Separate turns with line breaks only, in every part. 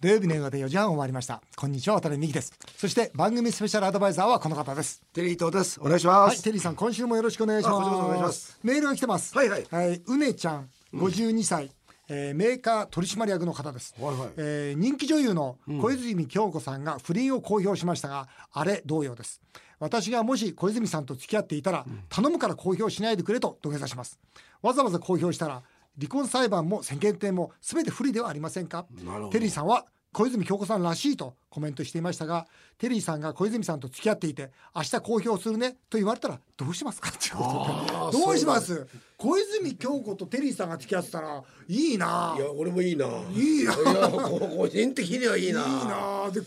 土曜日の夕方4時半を終わりましたこんにちは渡辺美希ですそして番組スペシャルアドバイザーはこの方です
テリー伊藤です。お願いしま
はい、
す。
テリーさん、今週もよろしくお願いし
あこちらこそお願いし
ま
ますす。
メールが来てます。
はいはい
うねちゃん、52歳。えーメーカー取締役の方です、
はいはい
えー人気女優の小泉京子さんが不倫を公表しましたが、あれ同様です私がもし小泉さんと付き合っていたら、頼むから公表しないでくれと土下座しますわざわざ公表したら離婚裁判も世間体も全て不利ではありませんか
なるほど
テリーさんは小泉京子さんらしいとコメントしていましたがテリーさんが小泉さんと付き合っていて明日公表するねと言われたらどうしますかっていうことでどうします小泉京子とテリーさんが付き合ってたらいいない
や、俺もいいな。
いいない
や、こ個人的にはいいな。
いいなでね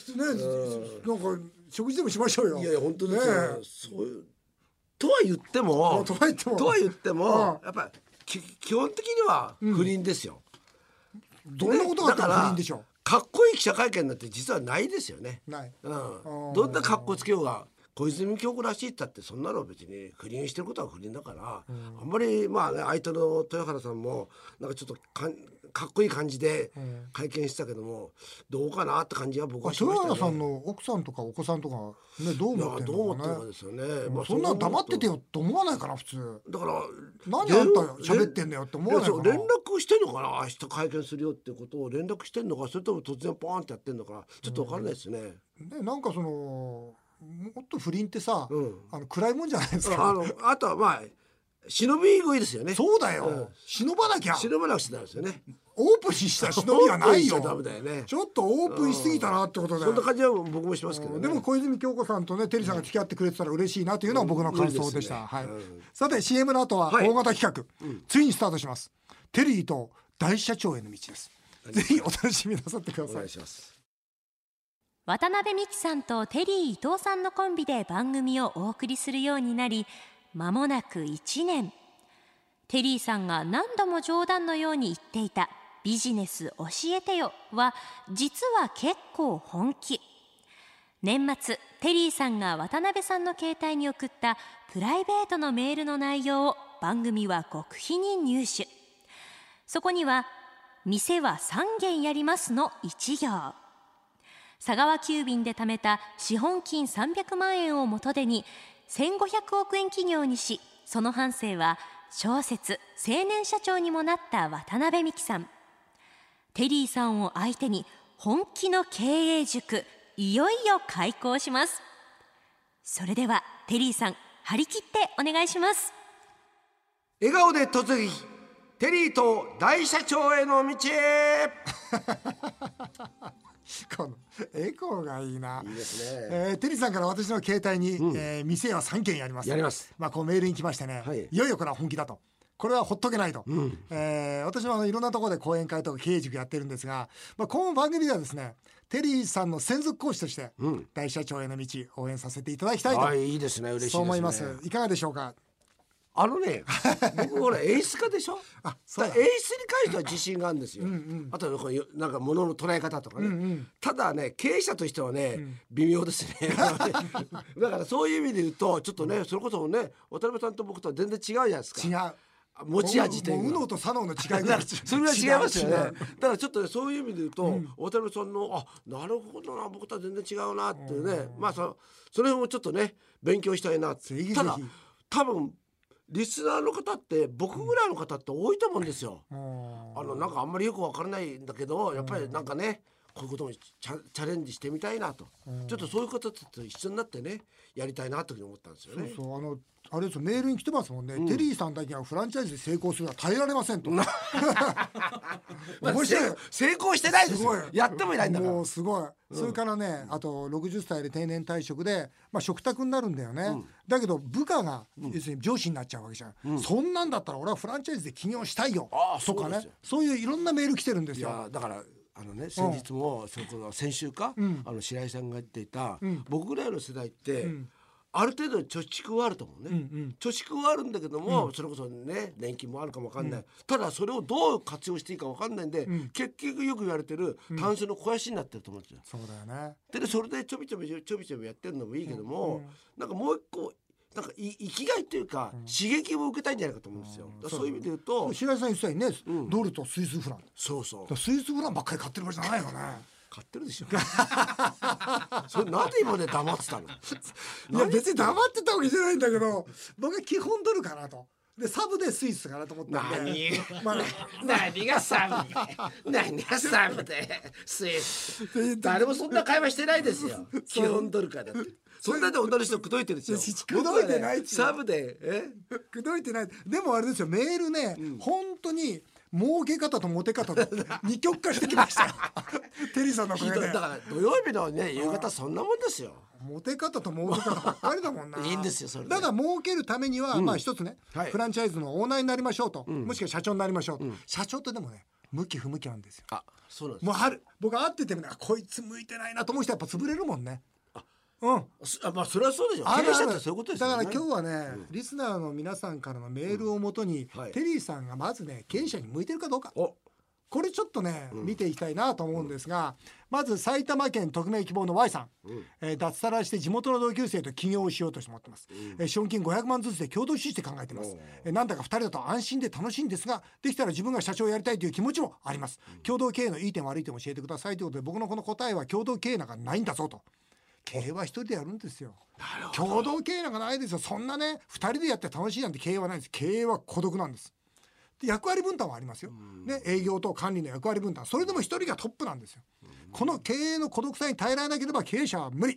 なんか食事でもしましょうよ
いやいや、本当ですよ
ね。
そういう。とは言っても。
とは言っても
とは言っても
う
やっぱ、き、基本的には不倫ですよ。
どんなことがあった
ね
ら
だ
不倫でしょ
かっこいい記者会見なんて、実はないですよね。
うない
うん
ー。
どんな格好つけようが。小泉京子らしいったってそんなの別に不倫してることは不倫だから、あんまりまあね相手の豊原さんもなんかちょっとかんかっこいい感じで会見してたけどもどうかなって感じは僕はしま
豊
したね。
原さんの奥さんとかお子さんとか、ね、どう
いや
思って
ど
るの
う思って
か
るか
ね
ですよね。まあ
そんなの黙っててよって思わないかな普通
だから
何
連
あんた喋ってんだよって思わないかない
やそう連絡してんのかな明日会見するよってことを連絡してんのかそれとも突然ポーンってやってんのかちょっとわからないですね。
ねなんかそのもっと不倫ってさ、
うん
あの暗いもんじゃないです
あ
か
のあとはまあ忍び食いですよね。
そうだよ、
うん
忍ばなきゃ
忍ばなくしてたんですよね。
オープンにした忍びは ないよ
オープンにしちゃダメだよね
ちょっとオープンしすぎたなってことで、
そんな感じは僕もしますけど
で
ね。
も小泉京子さんとねテリーさんが付き合ってくれてたら嬉しいなというのは僕の感想でした、
うん
はい、
うん
さて CM の後は
はい
大型企画、ついにスタートしますテリーと大社長への道ですぜひお楽しみなさってくだ
お
さ
願
い
いします。
渡辺美樹さんとテリー伊藤さんのコンビで番組をお送りするようになり間もなく1年テリーさんが何度も冗談のように言っていた「ビジネス教えてよ」は実は結構本気年末テリーさんが渡辺さんの携帯に送ったプライベートのメールの内容を番組は極秘に入手そこには「店は3軒やります」の1行佐川急便で貯めた資本金300万円を元手に1500億円企業にしその半生は小説「青年社長」にもなった渡辺美樹さんテリーさんを相手に本気の経営塾いよいよ開講しますそれではテリーさん張り切ってお願いします
笑顔で突撃テリーと大社長への道へ
このエコーがいいな。
いいですね
えーテリーさんから私の携帯に、えー店は三件やります。
やります。
まあこうメールに来ましてね、
はいい、
よいよこれは本気だと。これはほっとけないと、えー私もあのいろんなところで講演会とか経営塾やってるんですが、まあ、今番組ではですねテリーさんの専属講師として大社長への道応援させていただきたいと、
はいいいですね嬉しいですね
そう思いますいかがでしょうか
あのね僕ほら演出家でしょ
あそう
だ
だ
から演出に関しては自信があるんですよあとこうなんか物の捉え方とかね、ただね経営者としてはね、微妙です ねだからそういう意味で言うとちょっとね、それこそね渡辺さんと僕とは全然違うじゃないですか
違う
持ち味という
も
か
うもう右脳と左脳の 違いぐらい
それは違いますよ
違
ね。だ
う違
か
う
らちょっとねそういう意味で言うと、渡辺さんのあなるほどな僕とは全然違うなっていうね、まあそその辺をちょっとね勉強したいなって。
ぜひぜひ
ただ多分リスナーの方って僕ぐらいの方って多いと思うんですよ。
も
あのなんかあんまりよくわからないんだけどやっぱりなんかねこういうこともチャチャレンジしてみたいなと、ちょっとそういう方と一緒になってねやりたいなというふうに思ったんですよ
うそう
ね。
そうあのあれですよメールに来てますもんね、テリーさんだけはフランチャイズで成功するのは耐えられません と
まあ
面白い
成功してないですよ
すごい
やってもいないんだから
もう。すごい、それからねあと60歳で定年退職で、まあ、食卓になるんだよね、だけど部下が、要するに上司になっちゃうわけじゃん、そんなんだったら俺はフランチャイズで起業したいよ
ああ
とか
そうで
ね
すよ
そういういろんなメール来てるんです
い
よ
やだからあのね先日も、それこそ先週か、あの白井さんが言っていた、僕らの世代って、ある程度の貯蓄はあると思うね、貯蓄はあるんだけども、それこそね年金もあるかもわかんない、ただそれをどう活用していいかわかんないんで、結局よく言われてる単数の肥やしになってると思うんですよ。
そうだよね
でねそれでちょびちょびちょびちょびやってるのもいいけども、なんかもう一個なんかい生きがいというか、刺激を受けたいんじゃないかと思うんですよ。だからそういう意味で言うと、
白井さん言ってたようにね、ドルとスイスフランだか
そうそう
らスイスフランばっかり買ってる場合じゃないよね
買ってるでしょ それなんで今まで黙ってたの
いや別に黙ってたわけじゃないんだけど僕は基本ドルかなとでサブでスイスかなと思ったんで
何
まあ
何がサブで何がサブでスイス誰もそんな会話してないですよ基本ドルかだってそんなで女の人口説いてるん
いや
です
口
よ
説いてないっちゅう
サブでえ
くどいてないでもあれですよメールね、本当に儲け方とモテ方と二極化してきました よテリーさんのおか
ひ
げ
どい
で
だから土曜日のね夕方そんなもんですよ
モテ方と儲け方ばっかりだもんな
いいんですよそれで
だから儲けるためには、まあ一つね、
はい
フランチャイズのオーナーになりましょうと、もしくは社長になりましょうと、社長ってでもね向き不向きなんですよ
あそうなんです
もうある僕会っててもねあこいつ向いてないなと思う人はやっぱ潰れるもんねうん
すあまあそれはそうでしょ
ある
経営
あ
者
る
ってそういうことです
だ
よ
から
ね
今日はね、リスナーの皆さんからのメールをもとに、
うんはい
テリーさんがまずね経営者に向いてるかどうか
お
これちょっとね、見ていきたいなと思うんですが、まず埼玉県匿名希望の Y さん、えー脱サラして地元の同級生と起業をしようとして思ってます、えー資本金500万ずつで共同出資して考えてます、えーなんだか2人だと安心で楽しいんですができたら自分が社長をやりたいという気持ちもあります、共同経営のいい点悪い点を教えてくださいということで僕のこの答えは共同経営なんかないんだぞと経営は一人でやるんですよ共同経営なんかないですよそんなね2人でやって楽しいなんて経営はないです経営は孤独なんです役割分担はありますよ、ね、営業と管理の役割分担それでも一人がトップなんですよ、この経営の孤独さに耐えられなければ経営者は無理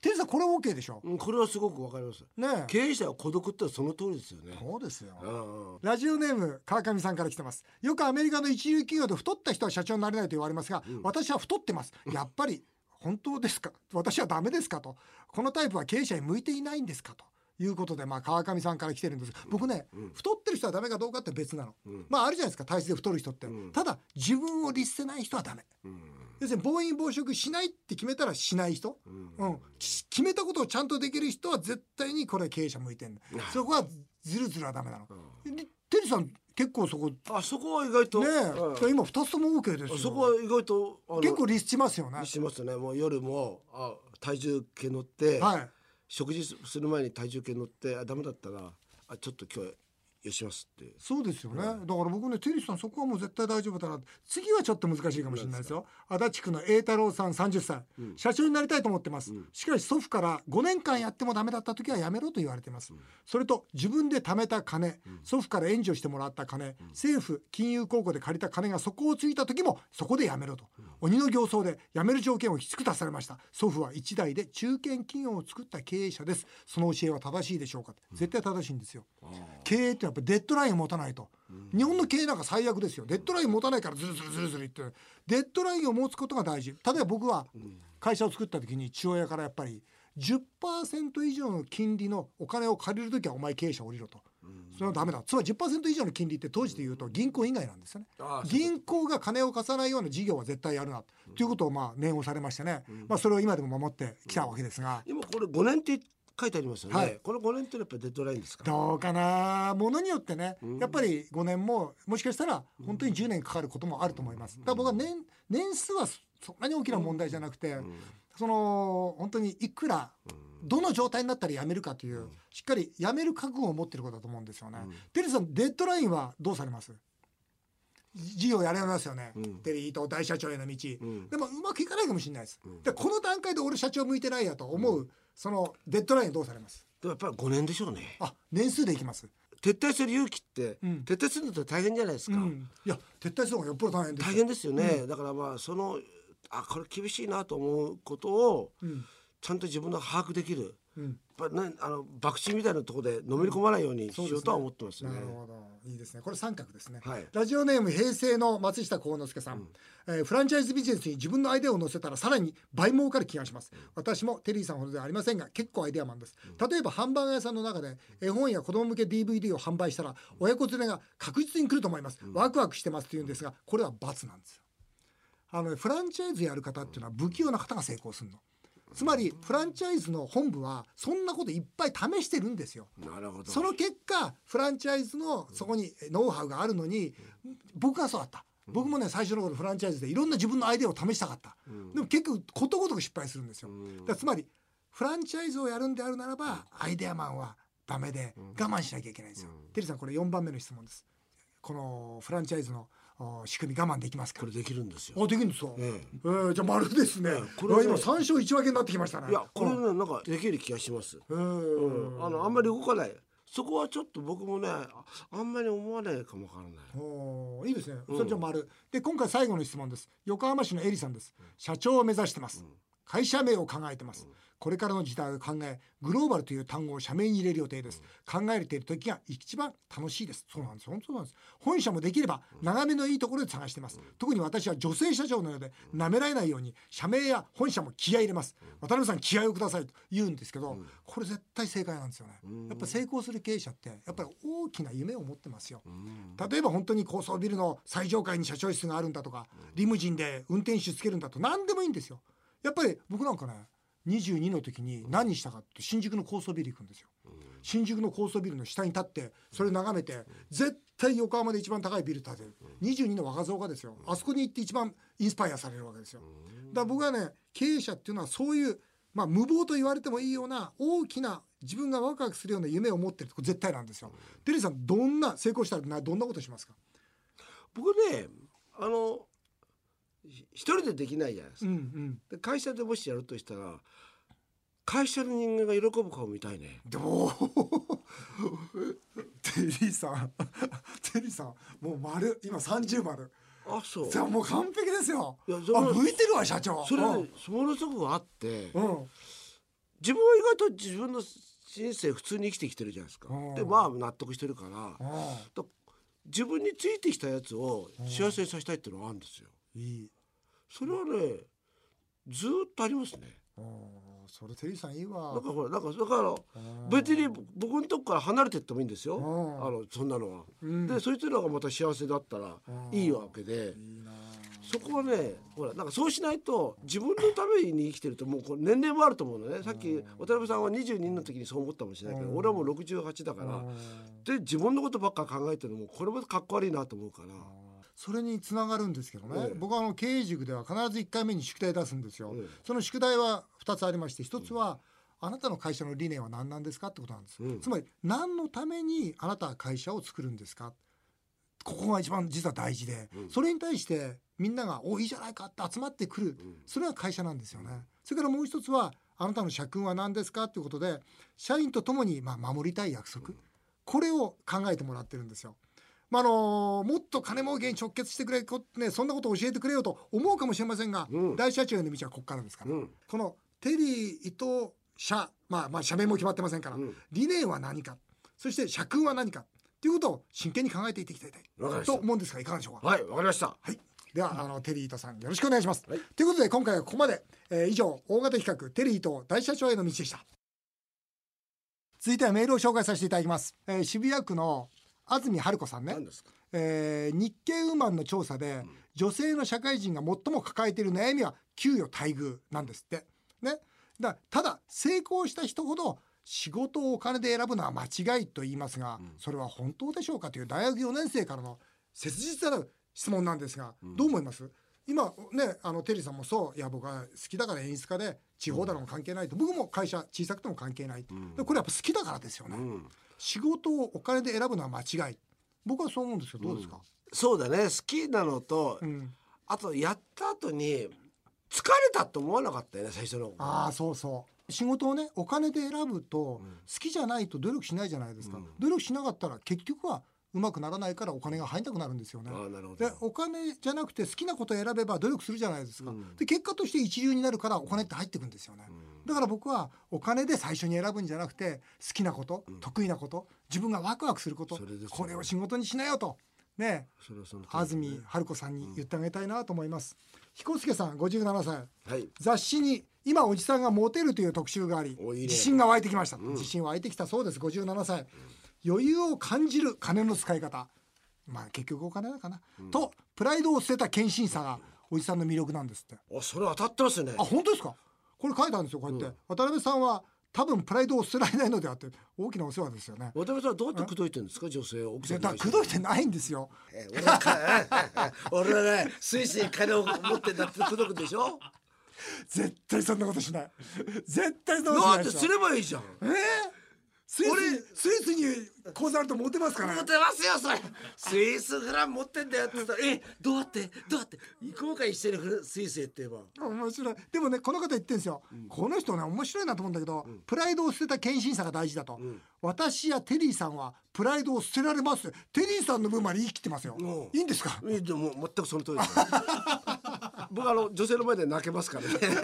テリーさんこれ OK でしょ
うんこれはすごくわかります
ねえ
経営者は孤独ってその通りですよね
そうですよ
うんうん
ラジオネーム川上さんから来てますよくアメリカの一流企業で太った人は社長になれないと言われますが、私は太って ますやっぱり本当ですか私はダメですかとこのタイプは経営者に向いていないんですかということで、まあ、川上さんから来てるんです僕ね、太ってる人はダメかどうかって別なの、まああるじゃないですか体質で太る人って、ただ自分を律せない人はダメ、要するに暴飲暴食しないって決めたらしない人、うんき決めたことをちゃんとできる人は絶対にこれは経営者向いてるそこはずるずるはダメなの、でテリーさん結構そこね
あそこは意外と
え、
うん
今2つとも OK ですよ
そこは意外とあの
結構律しますよね
しますねもう夜もあ体重計乗って、
はい
食事する前に体重計乗ってあダメだったらあちょっと今日よしますって
そうですよね、だから僕ねテリーさんそこはもう絶対大丈夫だな次はちょっと難しいかもしれないですよ足立区の栄太郎さん30歳、社長になりたいと思ってます、しかし祖父から5年間やってもダメだった時はやめろと言われてます、それと自分で貯めた金、祖父から援助してもらった金、政府金融公庫で借りた金が底をついた時もそこでやめろと、鬼の形相でやめる条件をきつく出されました祖父は一代で中堅企業を作った経営者ですその教えは正しいでしょうか絶対正しいんですよ、経営ってやっぱデッドラインを持たないと、日本の経営なんか最悪ですよデッドライン持たないからずるずるずるずる言ってデッドラインを持つことが大事例えば僕は会社を作った時に父親からやっぱり10%以上の金利のお金を借りる時はお前経営者降りろと、それはダメだつまり10%以上の金利って当時で言うと銀行以外なんですよね
ああそう
銀行が金を貸さないような事業は絶対やるなということをまあ念をされましてね、まあ、それを今でも守ってきたわけですが。
今これ5年って書いてありますよね、
はい
この5年ってやっぱデッドラインですか
どうかなものによってね、やっぱり5年ももしかしたら本当に10年かかることもあると思いますだから僕は年年数はそそんなに大きな問題じゃなくて、その本当にいくらどの状態になったら辞めるかという、しっかり辞める覚悟を持ってることだと思うんですよね、テリーさんデッドラインはどうされます事業やられますよね、テリーと大社長への道、でもうまくいかないかもしれないです、でこの段階で俺社長向いてないやと思う、そのデッドラインどうされます
でもやっぱり5年でしょうね
あ年数でいきます
撤退する勇気って、
うん
撤退するのって大変じゃないですか、
うん、いや撤退するのがよっぽど大変です
大変ですよね、だからまあそのあこれ厳しいなと思うことを
うん
ちゃんと自分の把握できる、
うん
やっぱねあの博打みたいなところでのめり込まないようにしようとは思ってますね
なるほどいいですねこれ三角ですね、
はい
ラジオネーム平成の松下幸之助さん、えーフランチャイズビジネスに自分のアイデアを載せたらさらに倍儲かる気がします私もテリーさんほどではありませんが結構アイデアマンです例えばハンバーガー屋さんの中で絵本や子供向け DVD を販売したら親子連れが確実に来ると思いますワクワクしてますというんですがこれは罰なんですよあのねフランチャイズやる方っていうのは不器用な方が成功するのつまりフランチャイズの本部はそんなこといっぱい試してるんですよ
なるほど
その結果フランチャイズのそこにノウハウがあるのに僕はそうだった僕もね最初の頃フランチャイズでいろんな自分のアイデアを試したかったでも結局ことごとく失敗するんですよだからつまりフランチャイズをやるんであるならばアイデアマンはダメで我慢しなきゃいけないんですよテリーさんこれ4番目の質問ですこのフランチャイズのあ仕組み我慢できますか
これできるんですよ。
あできるんですか、え
え
えーじゃあ丸ですね、
これね
今三勝一分けになってきましたね
いやこれ
うん
ねなんかできる気がします。
えー
うん、あのあんまり動かない。そこはちょっと僕もねああんまり思わないかもわからない。
おーいいですね。それじゃ丸。で今回最後の質問です。横浜市のエリさんです。社長を目指してます。会社名を考えてます。これからの時代を考え、グローバルという単語を社名に入れる予定です。考えている時が一番楽しいです。そうなんです。本当なんです。本社もできれば眺めのいいところで探してます。特に私は女性社長なので、舐められないように社名や本社も気合い入れます。渡辺さん気合をくださいと言うんですけど、これ絶対正解なんですよね。やっぱ成功する経営者って、やっぱり大きな夢を持ってますよ。例えば本当に高層ビルの最上階に社長室があるんだとかリムジンで運転手つけるんだと何でもいいんですよやっぱり僕なんかね22の時に何したかって新宿の高層ビル行くんですよ新宿の高層ビルの下に立ってそれ眺めて絶対横浜で一番高いビル建てる22の若造がですよあそこに行って一番インスパイアされるわけですよだから僕はね経営者っていうのはそういうまあ無謀と言われてもいいような大きな自分がワクワクするような夢を持ってるってこれ絶対なんですよ。テリーさんどんな成功したらなどんなことしますか。
僕ねあのひ一人でできないじゃないです
う
か。
んうん。
で会社でもしやるとしたら会社の人間が喜ぶ顔見たいね。
でも テリーさんテリーさんもう丸今三十丸。
あそう。
じゃもう完璧ですよ。
いやそれ
あ向いてるわ社長。
それ
うん
ねものすごくあって。
うん
自分は意外と自分の人生普通に生きてきてるじゃないですか
うん。
でまあ納得してるから
うん
だ自分についてきたやつを幸せにさせたいっていうのはあるんですよ。
いい。
それはねずーっとありますね。
うんそれテリーさんいい
な
わ。
んかほらなんかだから
うん
別に僕のとこから離れてってもいいんですよ。
うん
あのそんなのは。
うん
でそいつらがまた幸せだったら
うん
いいわけで。
いいな
そこはねほらなんかそうしないと自分のために生きてるともうこう年齢もあると思うのねさっき渡辺さんは22の時にそう思ったかもしれないけど、俺はもう68だから、で自分のことばっか考えてるのもこれもかっこ悪いなと思うから、
それにつながるんですけどね、
ええ
僕はあの経営塾では必ず1回目に宿題出すんですよ、
ええ
その宿題は2つありまして1つは、あなたの会社の理念は何なんですかってことなんです、
うん
つまり何のためにあなたは会社を作るんですかここが一番実は大事で、
うん
それに対してみんなが「おいいじゃないか」って集まってくる、
うん
それが会社なんですよね。それからもう一つはあなたの社訓は何ですかということで社員と共にまあ守りたい約束、これを考えてもらってるんですよ。まああのもっと金儲けに直結してくれこ、ね、そんなことを教えてくれよと思うかもしれませんが、
うん
大社長への道はここからですから、
うん
このテリー伊藤社、まあ、まあ社名も決まってませんから、
うん
理念は何かそして社訓は何かということを真剣に考えていっていただき
わか
た
りま
い
した
と思うんですがいかがでしょうか。
はいわかりました。
はい。では、あの、テリー伊藤さん、よろしくお願いします。
はい
ということで、今回はここまで、えー以上、大型企画、テリー伊藤大社長への道でした。続いてはメールを紹介させていただきます。えー渋谷区の安住春子さんね
何。ですか
えー日経ウーマンの調査で、女性の社会人が最も抱えている悩みは給与待遇なんですって。ね、だただ成功した人ほど仕事をお金で選ぶのは間違いと言いますが、それは本当でしょうかという大学4年生からの切実なる質問なんですが、どう思います今ねあのテリーさんもそういや僕は好きだから演出家で地方だろうも関係ないと、僕も会社小さくても関係ない、でこれやっぱ好きだからですよね、仕事をお金で選ぶのは間違い僕はそう思うんですけどどうですか、
そうだね好きなのと、
うん
あとやった後に疲れたと思わなかったよね最初の。
ああそうそう仕事をねお金で選ぶと好きじゃないと努力しないじゃないですか、努力しなかったら結局はうまくならないからお金が入んなくなるんですよね
あーなるほど
でお金じゃなくて好きなことを選べば努力するじゃないですか、で結果として一流になるからお金って入ってくんですよね、だから僕はお金で最初に選ぶんじゃなくて好きなこと、得意なこと自分がワクワクすること、
それですよね
これを仕事にしなよとね
それはその通り
安住春子さんに言ってあげたいなと思います、彦助さん57歳
はい
雑誌に今おじさんがモテるという特集があり
おいいね
自信が湧いてきました、自信湧いてきたそうです57歳、余裕を感じる金の使い方まあ結局お金だかな、とプライドを捨てた献身さがおじさんの魅力なんですって
あそれ当たってますね
あ。本当ですかこれ書いたんですよこうやって、渡辺さんは多分プライドを捨てられないのであって大きなお世話ですよね
渡辺さんはどうやって口説いてるんですか女性を奥さん
だ
に
から
対して
口説いてないんですよ
え俺はか俺はねスイスイ金を持ってんだって口説くでしょ
絶対そんなことしない絶対そんなことし
な
なんい
て
です
す
よ
ればいいじゃん
えースイススイスに口座あるとモテますから
持てますよそれスイスフラン持ってんだよって言ったら「えどうやってどうやって行こうか一緒にフラスイスへ」って言えば
面白いでもねこの方言ってんですよ、この人ね面白いなと思うんだけど、プライドを捨てた献身さが大事だと、私やテリーさんはプライドを捨てられますテリーさんの分まで言い切ってますよ、
うん
いいんですか
えでも全くその通り ですよ僕あの女性の前で泣けますから ね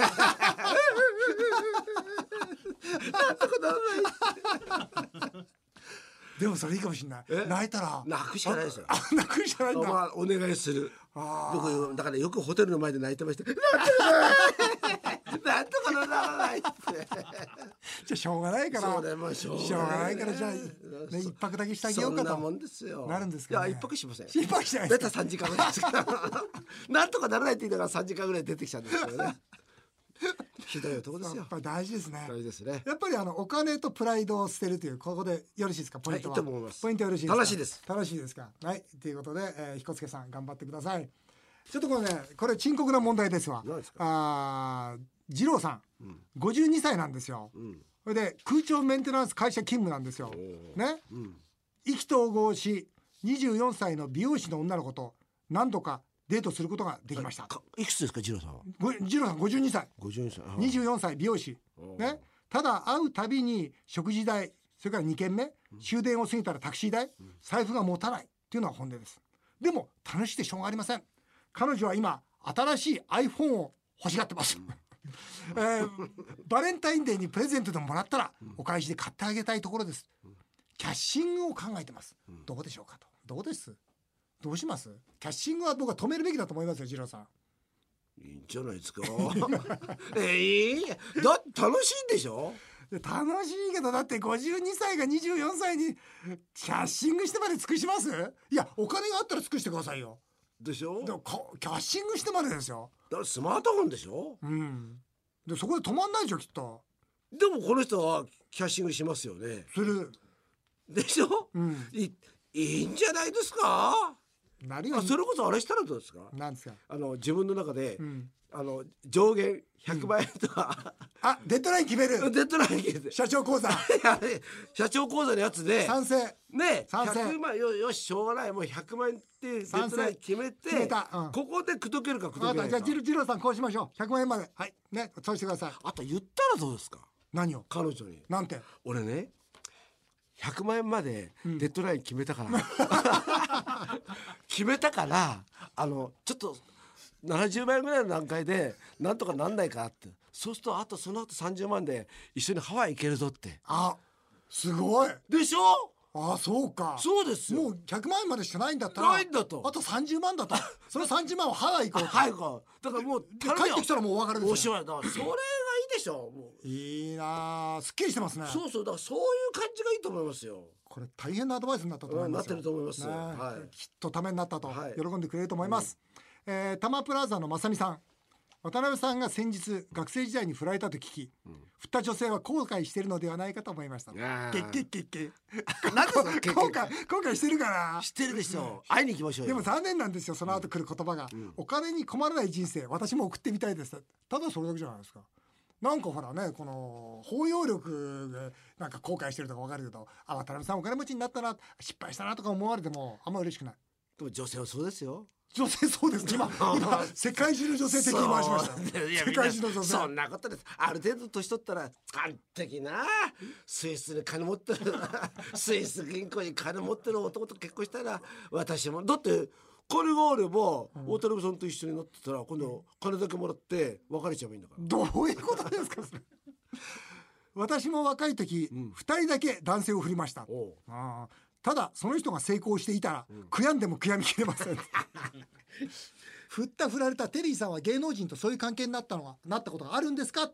なんてことなんない
でもそれいいかもしれない
え
泣いたら
泣くしかないですよ
あ泣くしかないんだ
まあ、お願いする
あー
僕だからよくホテルの前で泣いてました「なんとかなんとかならない」って
じゃあしょうがないから
そうだよもうしょうがない
しょうがないからじゃあ、ね
そう、
一泊だけしてあげよ
そ
うんか
なも
と
んですよ
なるんですかね
いや一泊しません
一泊しないで
出
す
た
か
3時間ぐらいですからなんとかならないって言いながら3時間ぐらい出てきちゃうんですけどねひどい男です
や
よ
っぱり大事ですね
大事ですね
やっぱりあのお金とプライドを捨てるというここでよろしいですかポイントは、
はいいいと思います
ポイントよろしいですか
正しいです
正しいですかはいということで、えー、彦助さん頑張ってくださいちょっとこれねこれ深刻な問題ですわ
何ですか
あー二郎さん、52歳なんですよ、
うん
それで空調メンテナンス会社勤務なんですよ
お
ね
うん
意気投合し24歳の美容師の女の子と何度かデートすることができました
かいくつですか次郎さんは
ご二郎さん52歳
52歳あ
24歳美容師
うん
ねただ会うたびに食事代それから2軒目終電を過ぎたらタクシー代財布が持たないっていうのは本音ですでも楽しくてしょうがありません彼女は今新しい iPhone を欲しがってます、 えーバレンタインデーにプレゼントでももらったらお返しで買ってあげたいところですキャッシングを考えてますどうでしょうかとどうですどうしますキャッシングは僕は止めるべきだと思いますよ次郎さん
いいんじゃないですか ええだ楽しいんでしょ
で楽しいけどだって52歳が24歳にキャッシングしてまで尽くしますいやお金があったら尽くしてくださいよ
でしょ
でもこキャッシングしてまでですよ
だからスマートフォンでしょ
うんでそこで止まんないでしょきっと
でもこの人はキャッシングしますよね
する
でしょ、
うん
いいいんじゃないですか
なるよ
あそれこそあれしたらどうですか
なんですか
あの自分の中で、
うん
あの上限100万円とか、
あデッドライン決める
デッドライン決定
社長講 座
あれ社長講座のやつで
賛成
ね
賛成
100万よよししょうがないもう100万円ってデッドライン決めて
決めたうん
ここで口説けるか口
分かった
説けない
じゃ
か
あジルジローさんこうしましょう100万円まではいねそうしてください
あと言ったらどうですか
何を
彼女に
なんて
俺ね100万円までデッドライン決めたから、 決めたからあのちょっと70万円ぐらいの段階でなんとかなんないかなってそうするとあとその後30万で一緒にハワイ行けるぞって
あすごい
でしょ
あそうか
そうです
も
よ
う100万円までしかないんだったら
ないんだと
あと30万だと その30万をハワイ行こうと
はいかだからもう
で帰ってきたらもうお別れ
お
です
し
よ
まいだからそれがいいでしょもう
いいなあすっきりしてますね
そうそうだからそういう感じがいいと思いますよ
これ大変なアドバイスになったと思い
うん
ま
なっ
すよ
てると思いますよ
ねえ
はい
きっとためになったと
はい
喜んでくれると思います、えー、タマプラザのまさみさん渡辺さんが先日学生時代に振られたと聞き、振った女性は後悔してるのではないかと思いました
いやあ
けっけっけっけ
何でその結
後
局
悔後悔してるから
知ってるでしょ会いに行きましょう
で
よ
も残念なんですよその後来る言葉が、お金に困らない人生私も送ってみたいですただそれだけじゃないですかなんかほらねこの包容力がなんか後悔してるとかわかるけどあ渡辺さんお金持ちになったな失敗したなとか思われてもあんま嬉しくない
でも女性はそうですよ
女性そうですね 今今世界中の女性的に回しました
そう
よ
いや
世界中の
みん
女
な
性
そんなことですある程度年取ったら完璧なスイスに金持ってる スイス銀行に金持ってる男と結婚したら私もだって金があれば大谷さんと一緒になってたら今度金だけもらって別れちゃえばいいんだから
どういうことですかそれ私も若い時、二人だけ男性を振りました
おう
ああただその人が成功していたら、悔やんでも悔やみきれません 振った振られたテリーさんは芸能人とそういう関係になったのはなったことがあるんですか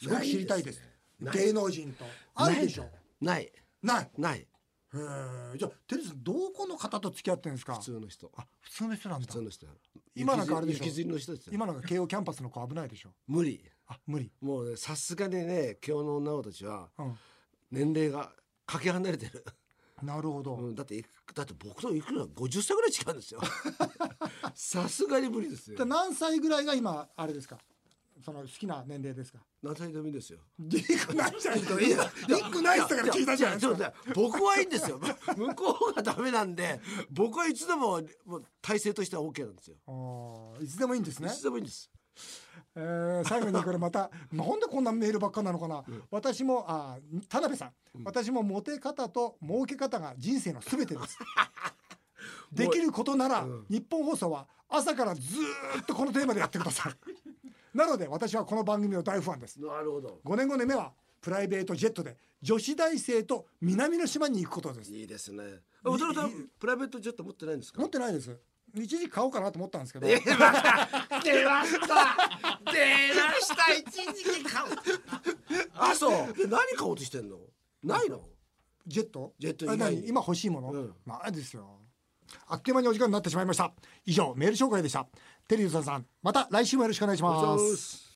すごく知りたいです
ないですねない
芸能人とあるでしょ
ない
ない
ない
へえじゃあテリーさんどこの方と付き合ってるんですか
普通の人あ
普通の人なんだ
普通の人なの
今なんかあれでしょ
行きずりの人ですよ
今なんか慶応キャンパスの子危ないでしょ
無理
あ無理
もうねさすがにね今日の女の子たちは
うん
年齢がかけ離れてる
なるほど、
うん、だっていくだって僕といくら50歳ぐらい違 うんですよさすがに無理です
で
よ
何歳ぐらいが今あれですかその好きな年齢ですか
何歳でもいいですよ。
リックナイスじゃないですか
いや
リックナイスだから聞いたじゃないです
や
か
やそうだ僕はいいんですよ。向こうがダメなんで、僕はいつでももう体制としては OK なんですよ。
あーいつでもいいんですね
いつでもいいんです。
えー最後にこれまたなんでこんなメールばっかなのかな、私もあー田辺さん、私もモテ方と儲け方が人生のすべてですできることなら、日本放送は朝からずーっとこのテーマでやってください なので私はこの番組の大ファンです
なるほど。
5年後の夢はプライベートジェットで女子大生と南の島に行くことです
いいですね。あ渡辺さんプライベートジェット持ってないんですか
持っ。てないです一時買おうかなと思ったんですけど
出ました出ました出ました一時期買うあそうで何買おうとしてんのないの
ジェット
ジェット以外
あ
に
何今欲しいもの、
うん
ないですよあっという間にお時間になってしまいました以上メール紹介でしたテリーさんさんまた来週もよろしくお願いし
お
ま
疲れ様
す
です